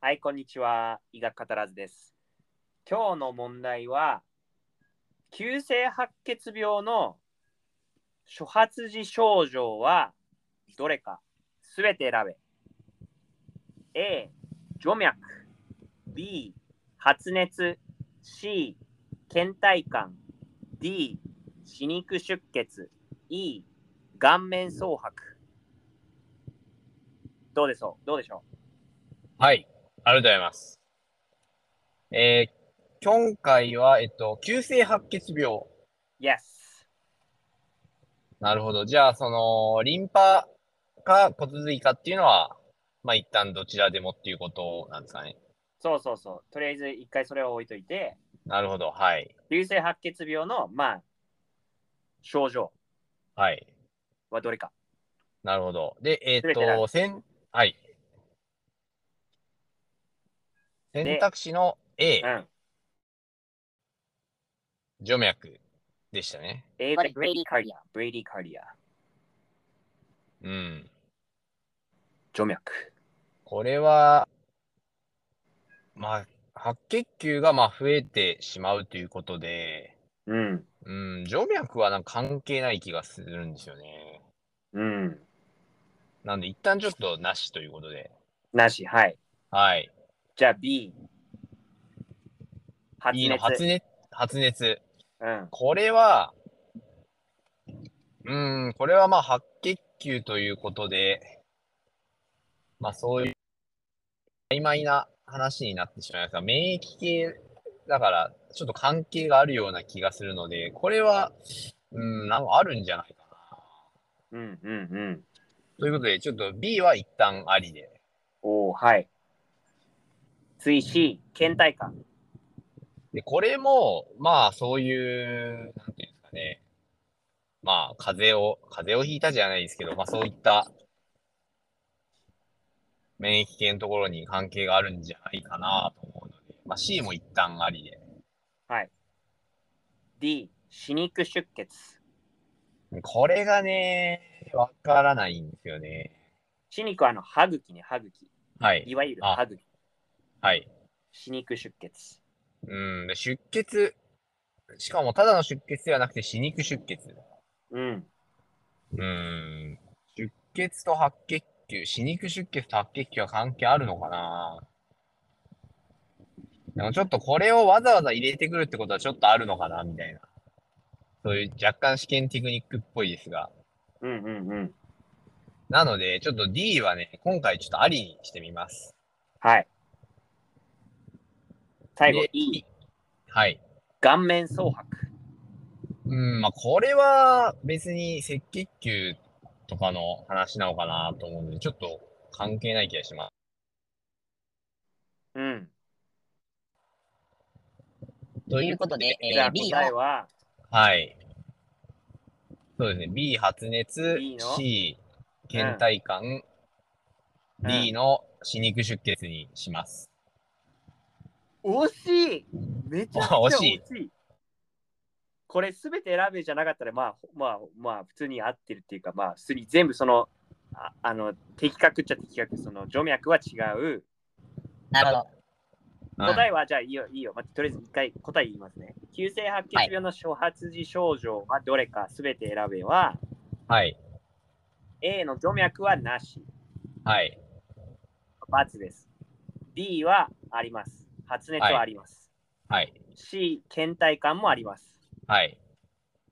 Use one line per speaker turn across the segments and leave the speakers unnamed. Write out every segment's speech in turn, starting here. はい、こんにちは。医学語らずです。今日の問題は、急性白血病の初発時症状はどれかすべて選べ。A、除脈。B、発熱。C、倦怠感。D、歯肉出血。E、顔面蒼白。どうでしょうどうでしょ
はい、ありがとうございます。えー、今回は、えっと、急性白血病。
う ?Yes。
なるほど。じゃあ、その、リンパか骨髄かっていうのは、まあ、一旦どちらでもっていうことなんですかね。
そうそうそう。とりあえず一回それを置いといて、
なるほど。はい。
流性白血病の、まあ、症状
はい。
はどれか。
なるほど。で、えー
全
っ
てだ
と、せん、はい。選択肢の A
う、ん。
除脈でしたね。
A
これ
ブレディカリア。ブレディカリア。
うん。
除脈。
これは、まあ、白血球がまあ増えてしまうということで、
うん。
うん、静脈はなんか関係ない気がするんですよね。
うん。
なんで、一旦ちょっとなしということで。
なし。はい。
はい。
じゃあ B。発
E の
熱。
発熱。発熱。
うん。
これは、うん、これはまあ白血球ということで、まあそういう曖昧な話になってしまいますが、免疫系だからちょっと関係があるような気がするので、これは、うん、なんかあるんじゃないかな。
うんうんうん。
ということで、ちょっと B は一旦ありで。
おおはい。次 C。倦怠感。
で、これも、まあ、そういう、なんていうんですかね。まあ、風邪を、風邪をひいたじゃないですけど、まあ、そういった、免疫系のところに関係があるんじゃないかなと思うので、まあ、C も一旦ありで。
D。歯肉出血。
これがね、わからないんですよね。
歯肉はあの歯茎ね、歯茎。
はい
い。わゆる
あ
歯茎。
はい。
歯肉出血。
うん、で出血、しかもただの出血ではなくて、死肉出血。
うん。
うーん。出血と白血球、死肉出血と白血球は関係あるのかなでもちょっとこれをわざわざ入れてくるってことはちょっとあるのかなみたいな。そういう若干試験テクニックっぽいですが。
うんうんうん。
なので、ちょっと D はね、今回ちょっとありにしてみます。
はい。最後
で、
E。
はい。
顔面蒼白。
うん、まあこれは別に赤血球とかの話なのかなと思うので、ちょっと関係ない気がします。
うん。
と
と
い
いううことで、え
じゃあ
ー、B
答え
は
は、
はい。そうですね。B、発熱
B。の
C、倦怠感。
うん
D の死肉出血にします。
惜しいめちゃくちゃ惜
惜
しい
し
これすべて選べじゃなかったら、まあ、ほまあ、まあ、普通に合ってるっていうか、まあ、普通に全部その、ああの、的確っちゃ的確、その、除脈は違う。
なるほど。
答
え
えは、じゃあいいよ、いいよ。まあ、とりあえず一回答え言いますね。急性白血病の初発時症状はどれかすべて選べは、
はい。
A の除脈はなし。
はい。
×です。B はあります。発熱はあります。
はい。
C、倦怠感もあります。
はい。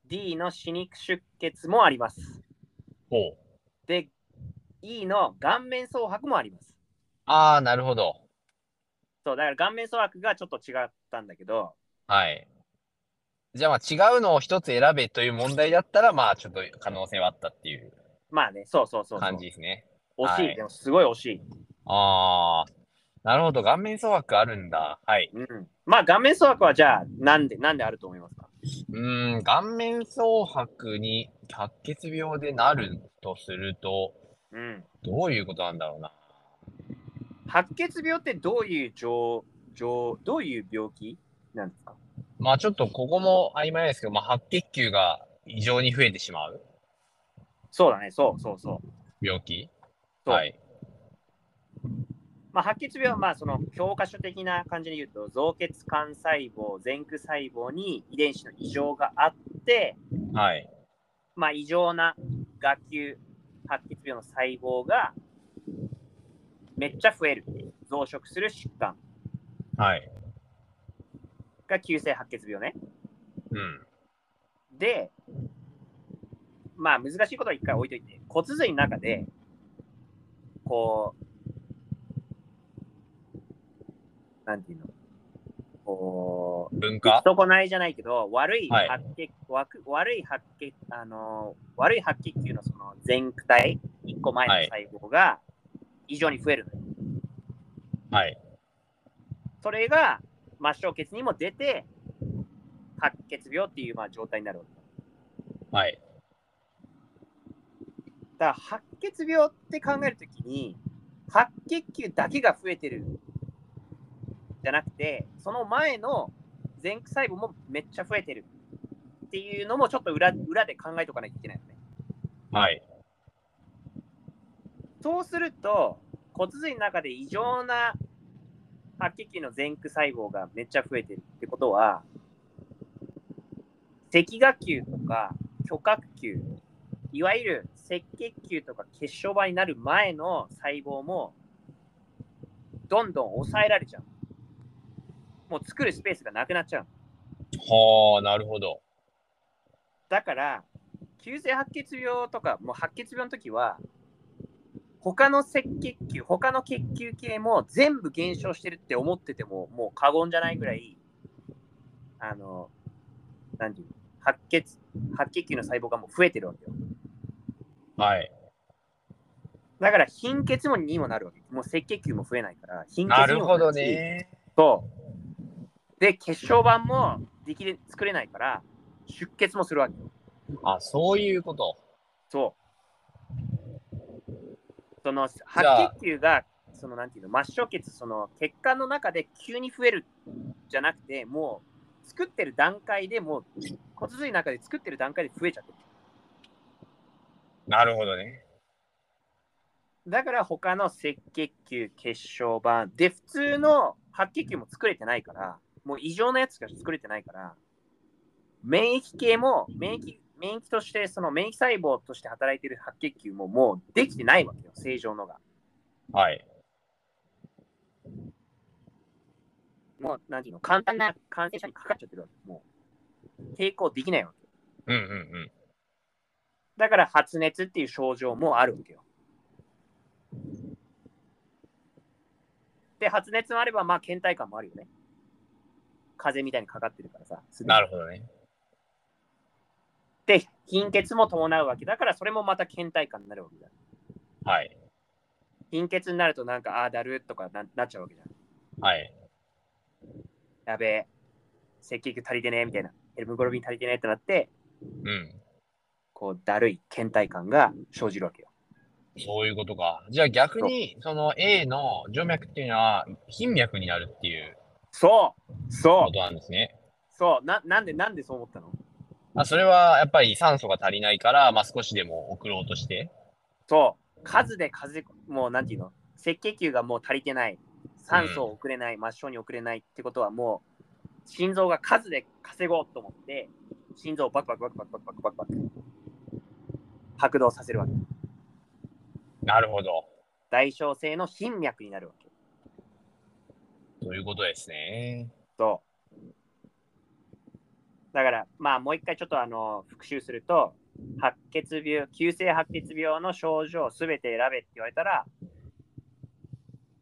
D の死肉出血もあります。
ほう。
で、E の顔面蒼白もあります。
あー、なるほど。
そう、だから顔面蒼白がちょっと違ったんだけど、
はい。じゃあ、まあ違うのを一つ選べという問題だったら、まあ、ちょっと可能性はあったっていう
まあね、そうそうそうそう
感じですね。
惜しい、
はい
でもすごい惜しい。
あー、なるほど。顔面蒼白あるんだ。はい。
うん。まあ顔面蒼白はじゃあ、なんで、なんであると思いますか
うーん、顔面蒼白に白血病でなるとすると、
うん。
どういうことなんだろうな。
白血病ってどういう状、状、どういう病気なんですか
まあちょっとここも曖昧ですけど、まあ白血球が異常に増えてしまう
そうだね、そうそうそう。
病気。
そう
はい。
まあ、白血病はまあその教科書的な感じで言うと、造血幹細胞、前駆細胞に遺伝子の異常があって、
はい。
まあ、異常な学級白血病の細胞がめっちゃ増えるっていう増殖する疾患
はい。
が急性白血病ね。
うん。
で、まあ難しいことは一回置いといて、骨髄の中で、こう、なんていうの、こう、
文
行
化
き損ないじゃないけど、悪い
はい
白血、わく悪い白血、あのー悪い白血球のその前駆体、一個前の
はい
細胞が異常に増えるのよ、
はい。
それが末梢血にも出て、白血病っていうまあ状態になるわけ。
はい。
だから白血病って考えるときに白血球だけが増えてるじゃなくてその前の前駆細胞もめっちゃ増えてるっていうのもちょっと裏裏で考えとかなきゃいけないよね。
はい。
そうすると骨髄の中で異常な白血球の前駆細胞がめっちゃ増えてるってことは赤芽球とか巨角球いわゆる赤血球とか血小板になる前の細胞もどんどん抑えられちゃうもう作るスペースがなくなっちゃう
はあ、なるほど。
だから急性白血病とかもう白血病の時は他の赤血球他の血球系も全部減少してるって思っててももう過言じゃないぐらいあの何ていうの白血白血球の細胞がもう増えてるわけよ
はい。
だから貧血もにもなるわけもう赤血球も増えないから貧血にも
な
な
るほど
し
ね。
そうで血小板もできれ作れないから出血もするわけよ
あ、そういうこと。
そう。その
ゃあ
白血球が、そのなんていうの、末梢血、その血管の中で急に増えるじゃなくて、もう作ってる段階でもう骨髄の中で作ってる段階で増えちゃってる。
なるほどね。
だから他の赤血球、血小板で普通の白血球も作れてないから、もう異常なやつしか作れてないから、免疫系も免疫免疫としてその免疫細胞として働いてる白血球ももうできてないわけよ、正常のが。
はい。
もう、なんていうの、簡単な感染症にかかっちゃってるわけ。もう、抵抗できないわけ。
うんうんうん。
だから、発熱っていう症状もあるわけよ。で、発熱もあれば、まあ、倦怠感もあるよね。風邪みたいにかかってるからさ。すぐ
なるほどね。
で、貧血も伴うわけだから、それもまた倦怠感になるわけだ。
はい。
貧血になると、なんか、ああ、だるっとかななっちゃうわけじゃん。
はい。
やべえ、赤血球足りてねえみたいな、ヘモグロビン足りてねえってなって、
うん。
こう、だるい倦怠感が生じるわけよ。
そういうことか。じゃあ逆に、その A の静脈っていうのは、頻脈になるっていう
そうそう
ことなんですね。
そうな、なんで、なんでそう思ったの
あそれはやっぱり酸素が足りないから、まあ、少しでも送ろうとして。
そう、数で数、もうなんていうの、赤血球がもう足りてない、酸素を送れない、末梢に送れないってことは、もう心臓が数で稼ごうと思って、心臓をバクバクバクバクバクバクバクバク拍動させるわけ。
なるほど。
代償性の頻脈になるわけ。
ということですね。
そう。だから、まあ、もう一回ちょっとあの復習すると、白血病、急性白血病の症状すべて選べって言われたら、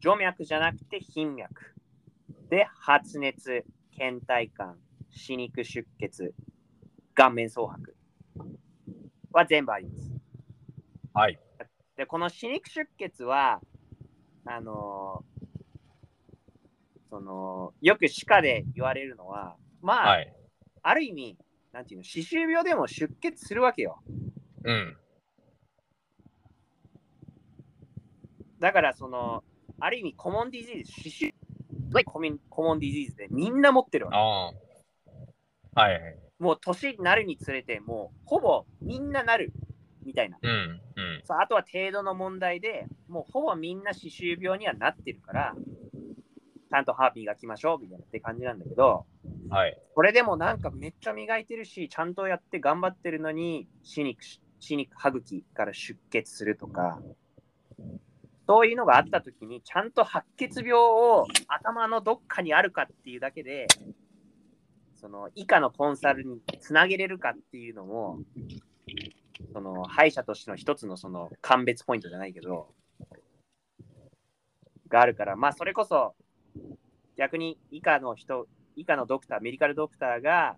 静脈じゃなくて頻脈。で、発熱、倦怠感、歯肉出血、顔面蒼白は全部あります。
はい。
で、この歯肉出血は、あのーその、よく歯科で言われるのは、まあ、
はい。
ある意味、なんていうの、歯周病でも出血するわけよ。
うん。
だから、その、ある意味、コモンディジーズ、歯周病コミンコモンディジーズでみんな持ってるわけ。
ああ。はいはい。
もう年になるにつれて、もうほぼみんななるみたいな。
うん。うん。
そうあとは程度の問題で、もうほぼみんな歯周病にはなってるから、ちゃんと歯磨きましょうみたいなって感じなんだけど、
はい。
これでもなんかめっちゃ磨いてるし、ちゃんとやって頑張ってるのに、歯肉、歯肉、歯茎から出血するとか、そういうのがあったときに、ちゃんと白血病を頭のどっかにあるかっていうだけで、その以下のコンサルにつなげれるかっていうのも、その歯医者としての一つのその鑑別ポイントじゃないけど、があるから、まあそれこそ逆に以下の人以下のドクター、メディカルドクターが、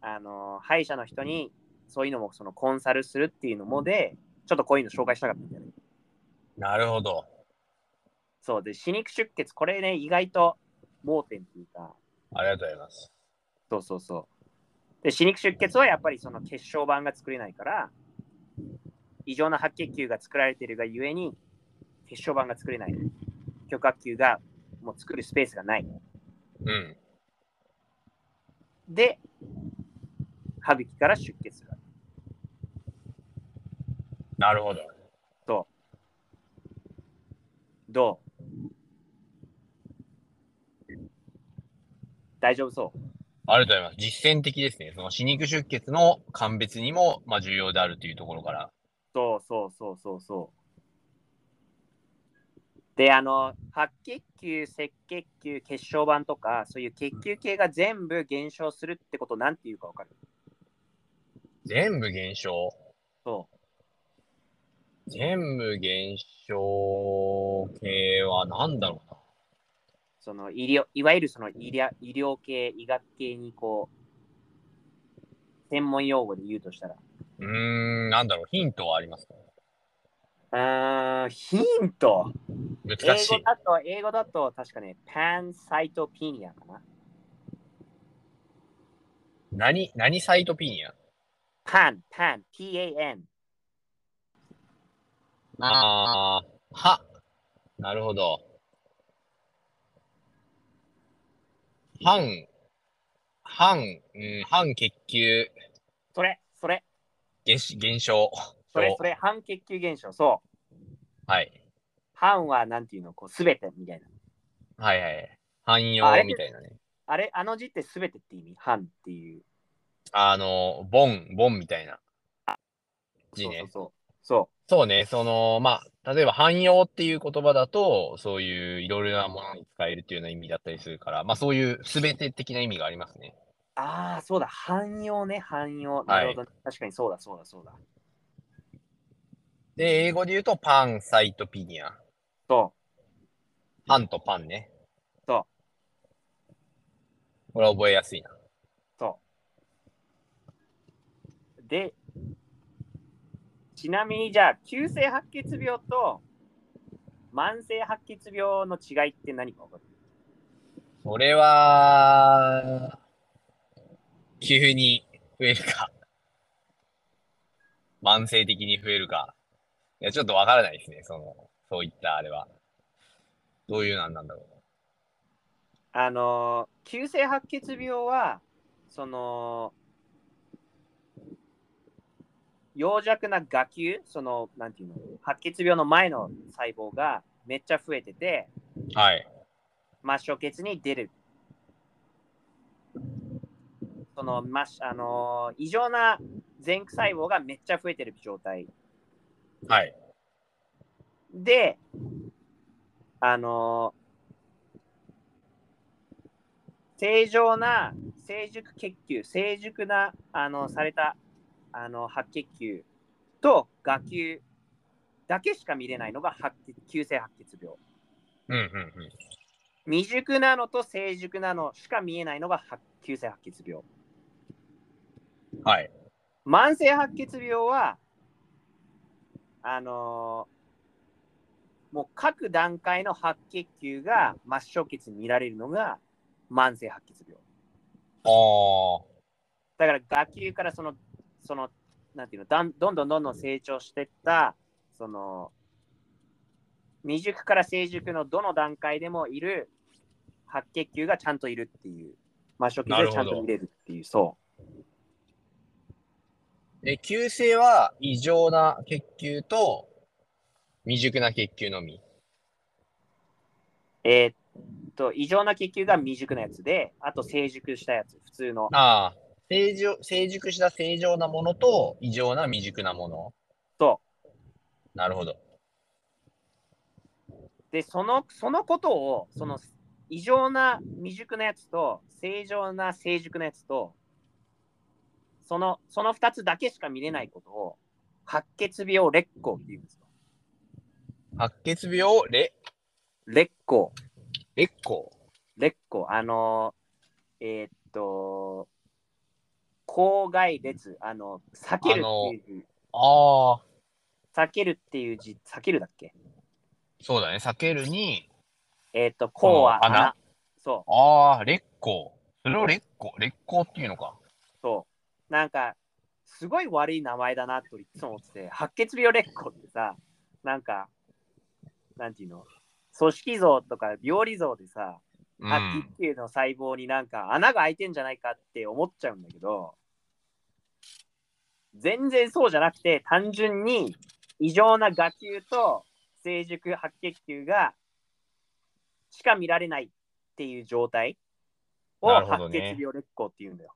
あの歯医者の人にそういうのもそのコンサルするっていうのもで、ちょっとこういうの紹介したかったんだよね。
なるほど。
そうで、歯肉出血、これね、意外と盲点っていうか、
ありがとうございます。
そうそうそう。で、歯肉出血はやっぱりその血小板が作れないから、異常な白血球が作られているがゆえに、血小板が作れない。許可球がもう作るスペースがない。
うん。
で、歯茎から出血する。
なるほど。
どう大丈夫そう
ありがとうございます。実践的ですね。その歯肉出血の鑑別にも、まあ、重要であるというところから。
そうそうそうそうそう。で、あの、白血球、赤血球、血小板とか、そういう血球系が全部減少するってことなんていうかわかる
全部減少。
そう。
全部減少系は何だろうな。
その医療、いわゆるその医療医療系、医学系にこう、専門用語で言うとしたら。
うーん、なんだろう、ヒントはありますか
うーん、ヒント
難
英
しい
語。だと、英語だと確かね、パンサイトピニアかな。
何、何サイトピニア
パン、パン、PAN。
ああー、は。なるほど。半、半、うん、半血球
それ、それ、
減し減少。
それ、それ、半血球減少。そう。
はい。
半はなんていうの、こう、すべてみたいな。
はいはい。汎用
あれ
みたいなね。
あれ、あの字ってすべてって意味半っていう。
あの、ボン、ボンみたいな字
そう
ね。
そうそう。
そうね、その、まあ、例えば汎用っていう言葉だと、そういういろいろなものに使えるっていうような意味だったりするから、まあそういう全て的な意味がありますね。
ああ、そうだ。汎用ね、汎用。なるほど、ね確かにそうだ、そうだ、そうだ。
で、英語で言うと、パン、サイトピニア。
そ
パンとパンね。
そ
これは覚えやすいな。
う。で、ちなみにじゃあ、急性白血病と慢性白血病の違いって何か分かる
それは、急に増えるか。慢性的に増えるか。いや、ちょっとわからないですね。その、そういったあれは。どういうなんなんだろう。
あのー急性白血病はその弱弱な芽球そのなんていうの白血病の前の細胞がめっちゃ増えてて
はい。
末梢血に出るその、ましあのー異常な前駆細胞がめっちゃ増えてる状態
はい。
で、あのー正常な成熟血球、成熟な、あの、された、あの、白血球と芽球だけしか見れないのが白血急性白血病。
うんうんうん。
未熟なのと成熟なのしか見えないのが白急性白血病。
はい。
慢性白血病は、あのーもう各段階の白血球が末梢血に見られるのが慢性白血病。
ああ。
だから、学級からその、その、なんていうの、だんどんどんどんどん成長していった、その、未熟から成熟のどの段階でもいる白血球がちゃんといるっていう、末梢血がちゃんと見れるっていう、そう。
で、急性は異常な血球と、未熟な血球のみ。
えーっと、異常な血球が未熟なやつで、あと成熟したやつ、普通の。
ああ、成熟成熟した正常なものと異常な未熟なもの。
そ
なるほど。
で、その、そのことを、その、異常な未熟なやつと、正常な成熟なやつと、その、その2つだけしか見れないことを、白血病劣行って言うんですよ。
白血病、レ、
劣行。
レッコ
劣行。あのー、えーっと、口外列。あの、避けるっていう字、
ああ、
避けるっていう字、避けるだっけ
そうだね。避けるに、
えーっと、こうは
この
穴。
穴
そう、
ああ、レッコそれをレッコレッコっていうのか。
そう。なんか、すごい悪い名前だなといつも思ってて、白血病劣行ってさ、なんか、なんていうの、組織像とか病理像でさ、
う
白血球
ん。
の細胞になんか穴が開いてんじゃないかって思っちゃうんだけど、全然そうじゃなくて、単純に異常な画球と成熟白血球がしか見られないっていう状態を
なるほど
白血
ね
病劣行っていうんだよ。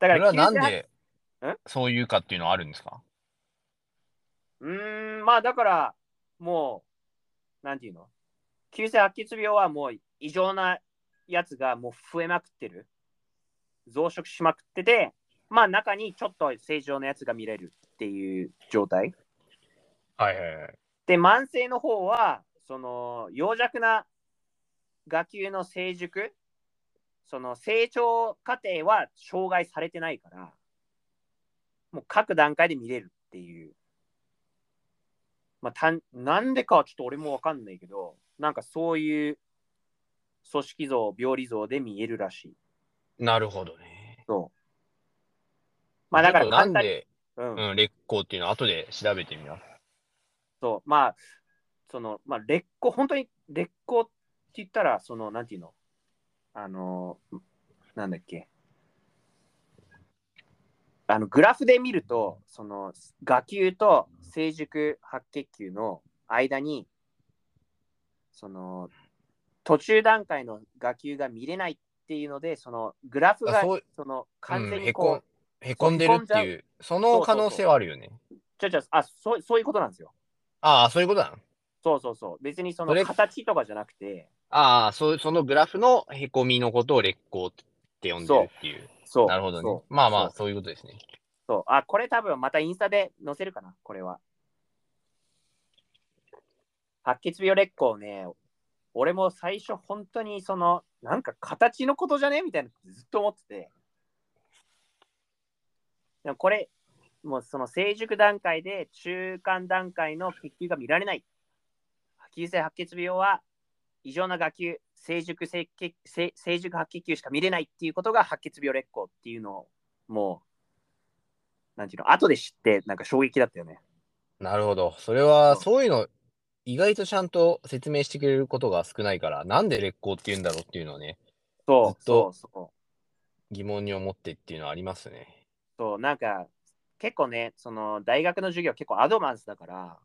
だ
そ
か
れ
ら、
はなん
急性白
で
ん
そういうかっていうのはあるんですか
うーん、まあだから、もう、なんていうの急性白血病はもう異常なやつがもう増えまくってる。増殖しまくってて、まあ中にちょっと正常なやつが見れるっていう状態。
はいはいはい。
で、慢性の方は、その、幼弱な画球の成熟、その成長過程は障害されてないから、もう各段階で見れるっていう。まあ、たんなんでかはちょっと俺もわかんないけど、なんかそういう組織像、病理像で見えるらしい。
なるほどね。
そう。まあだか
ちょ
ら
っとなん
簡単に、
で、
うん、
うん、劣行っていうのは後で調べてみます。
そう、まあ、その、まあ、劣行、本当に劣行って言ったら、その、なんていうの、あの、なんだっけ、あの、グラフで見ると、その、画球と成熟白血球の間に、その、途中段階の画球が見れないっていうので、その、グラフが
あ、そう、
その、完全
うん、へ
に
こ
こ
ん、へこんでるって
そうへこん
いう、その可能性はあるよね。
う、ちょちょ、あ、そう、そういうことなんですよ。
ああ、そういうことなの
そうそうそう。別にそ
そ
の
れ
形とかじゃなくて、
ああ、そう、そのグラフのへこみのことを劣行って呼んでるっていう。
そう。
なるほどね
そ。う
まあまあ、
そう
そういうことですね。
そうあ、これ多分またインスタで載せるかな、これは。白血病劣行ね、俺も最初本当にその、なんか形のことじゃねみたいなことずっと思ってて。でもこれ、もうその成熟段階で中間段階の血球が見られない。急性白血病は異常な画球、成熟成血成成熟白血球しか見れないっていうことが白血病劣行っていうのをもうなんていうの、後で知って、なんか衝撃だったよね。
なるほど。それ
う
は、
ん
そういうの、意外とちゃんと説明してくれることが少ないから、なんで劣行って言うんだろうっていうのはね、
そ
ず
う、
っと
そう、そう。
疑問に思ってっていうのはありますね。
そう、なんか、結構ね、その、大学の授業結構アドバンスだから、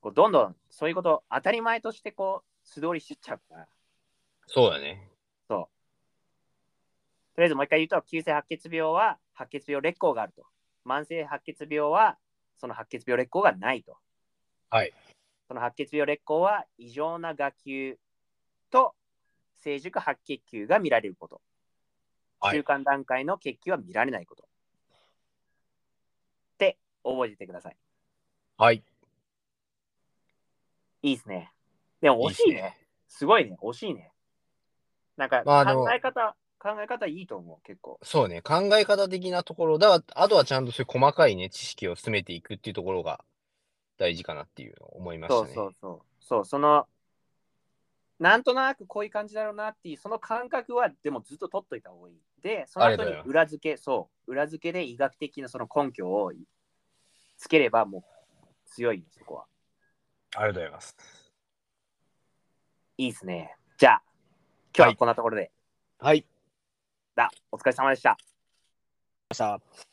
こうどんどんそういうこと当たり前としてこう、素通りしてっちゃうから、と
そうだね。
りあえずもう一回言うと、急性白血病は白血病劣行があると。慢性白血病はその白血病劣行がないと。
はい。
その白血病劣行は異常な画球と成熟白血球が見られること。
はい
中間段階の血球は見られないこと。って覚えててください。
はい。
いいですね。でも惜しいね。
っ
すごいね。惜しいね。なんか
まあでも
考え方、考え方いいと思う、結構。
そうね。考え方的なところ、だから、あとはちゃんとそういう細かいね、知識を進めていくっていうところが大事かなっていうのを思いまし
そ
た
う
ね。
そうそう。そう、その、なんとなくこういう感じだろうなっていう、その感覚はでもずっと取っといた方がいい。で、その
ありが
後
とう
に
ござい
裏
ます
付け、そう、裏付けで医学的なその根拠をつければもう強いよ、そこは。
ありがとうございます。
いいですね。じゃあ、今日はこんなところで、
はい。
だ、お疲れ様でした。
ました。